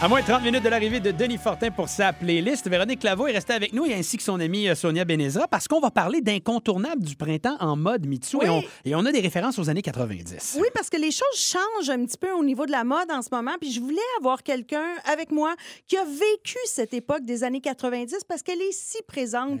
À moins de 30 minutes de l'arrivée de Denis Fortin pour sa playlist, Véronique Claveau est restée avec nous et ainsi que son amie euh, Sonia Benezra parce qu'on va parler d'incontournables du printemps en mode MeToo et, on, Oui. et on a des références aux années 90. Oui, parce que les choses changent un petit peu au niveau de la mode en ce moment. Puis je voulais avoir quelqu'un avec moi qui a vécu cette époque des années 90 parce qu'elle est si présente.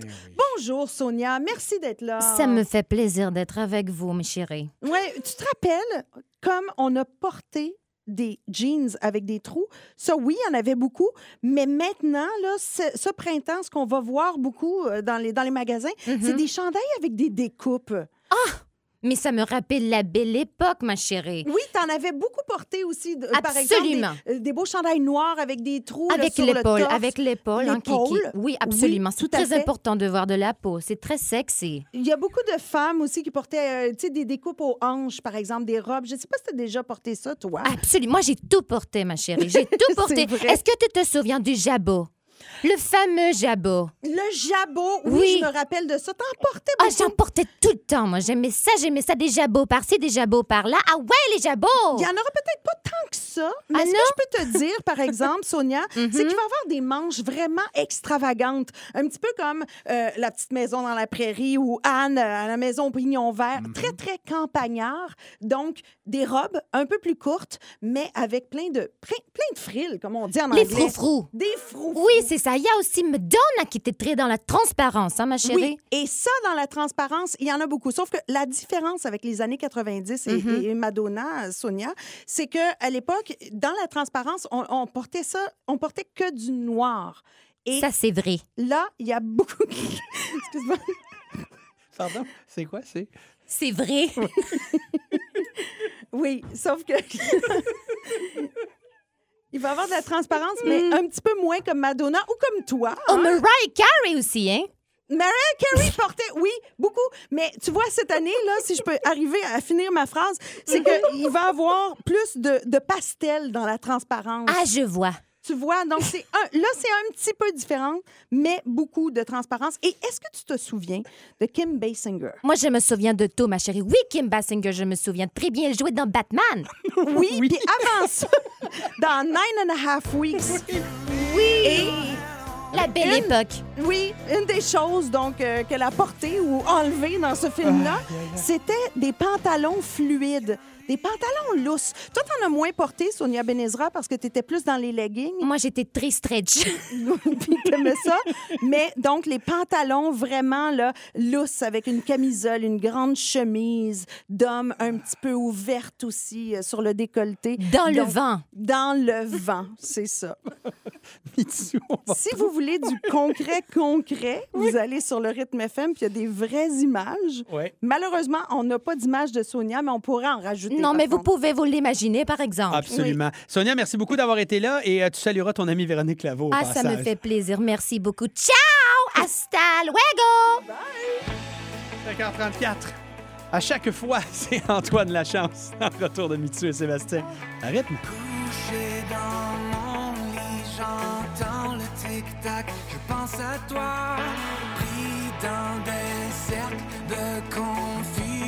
Bonjour Sonia, merci d'être là. Ça me fait plaisir d'être avec vous, mes chéris. Ouais, tu te rappelles comme on a porté des jeans avec des trous. Ça, oui, il y en avait beaucoup. Mais maintenant, là, ce, ce printemps, ce qu'on va voir beaucoup euh, dans les, dans les magasins, c'est Mhm. des chandails avec des découpes. Mais ça me rappelle la belle époque, ma chérie. Oui, t'en avais beaucoup porté aussi, de- par exemple. des- Absolument. euh, des beaux chandails noirs avec des trous là, Avec sur le l'épaule, torse. avec l'épaule, hein, Kiki. L'épaule. Oui, absolument. Oui, c'est tout à très fait. important de voir de la peau. C'est très sexy. Il y a beaucoup de femmes aussi qui portaient euh, tu sais, des découpes aux hanches, par exemple, des robes. Je ne sais pas si tu as déjà porté ça, toi. Absolument. Moi, j'ai tout porté, ma chérie. J'ai tout porté. Ah. vrai. Est-ce que tu te souviens du jabot? Le fameux jabot. Le jabot, oui, Oui. je me rappelle de ça. T'en portais Ah, beaucoup. j'en portais tout le temps, moi. J'aimais ça, j'aimais ça. Des jabots par-ci, des jabots par-là. Ah ouais, les jabots! Il n'y en aura peut-être pas tant que ça, mais Ah Mhm. ce que je peux te dire, par exemple, Sonia, c'est qu'il va avoir des manches vraiment extravagantes. Un petit peu comme euh, La Petite Maison dans la Prairie ou Anne euh, à la Maison au Pignon Vert. Très, très campagnard. Donc, des robes un peu plus courtes, mais avec plein de, plein, plein de frilles, comme on dit en Les anglais. froufrous. Des frous. Oui, c'est ça. Il y a aussi Madonna qui était très dans la transparence, hein, ma chérie? Oui, et ça, dans la transparence, il y en a beaucoup. Sauf que la différence avec les années 90 et, et Madonna, euh, Sonia, c'est que à l'époque, dans la transparence, on, on portait ça, on portait que du noir. Et Ça, c'est vrai. là, il y a beaucoup. Excuse-moi. Pardon? C'est quoi? C'est... C'est vrai. Oui, sauf que. Il va y avoir de la transparence, mais un petit peu moins comme Madonna ou comme toi. Oh, Mariah Carey aussi, hein? Mariah Carey portait, oui, beaucoup. Mais tu vois, cette année, là, si je peux arriver à finir ma phrase, c'est qu'il va avoir plus de, de pastel dans la transparence. Ah, je vois. Tu vois, donc c'est un, là, c'est un petit peu différent, mais beaucoup de transparence. Et est-ce que tu te souviens de Kim Basinger? Moi, je me souviens de tout, ma chérie. Oui, Kim Basinger, je me souviens très bien. Elle jouait dans Batman. Oui, puis avant ça, dans Nine and a Half Weeks. Oui. La belle Une- époque. Oui, une des choses donc euh, qu'elle a portées ou enlevées dans ce film-là, c'était des pantalons fluides, des pantalons lousses. Toi, t'en as moins porté, Sonia Benezra, parce que t'étais plus dans les leggings, Moi, j'étais très stretch. puis t'aimais ça. Mais donc, les pantalons vraiment là, lousses, avec une camisole, une grande chemise d'homme un petit peu ouverte aussi euh, sur le décolleté. Dans le Donc, vent. Dans le vent, c'est ça. MeToo, on va- Si vous voulez du concret, concret, vous allez sur le rythme FM, puis il y a des vraies images. Ouais. Malheureusement, on n'a pas d'image de Sonia, mais on pourrait en rajouter. Non, par mais vous contre. pouvez vous l'imaginer, par exemple. Absolument. Sonia, merci beaucoup d'avoir été là et euh, tu salueras ton amie Véronique Claveau. au Ah, ça me passage. fait plaisir. Merci beaucoup. Ciao! Hasta luego! 5h34. À chaque fois, c'est Antoine Lachance dans le retour de Mitsu et Sébastien. À rythme. Couché dans mon lit, j'entends le tic-tac, je pense à toi. Pris dans des cercles de confusion.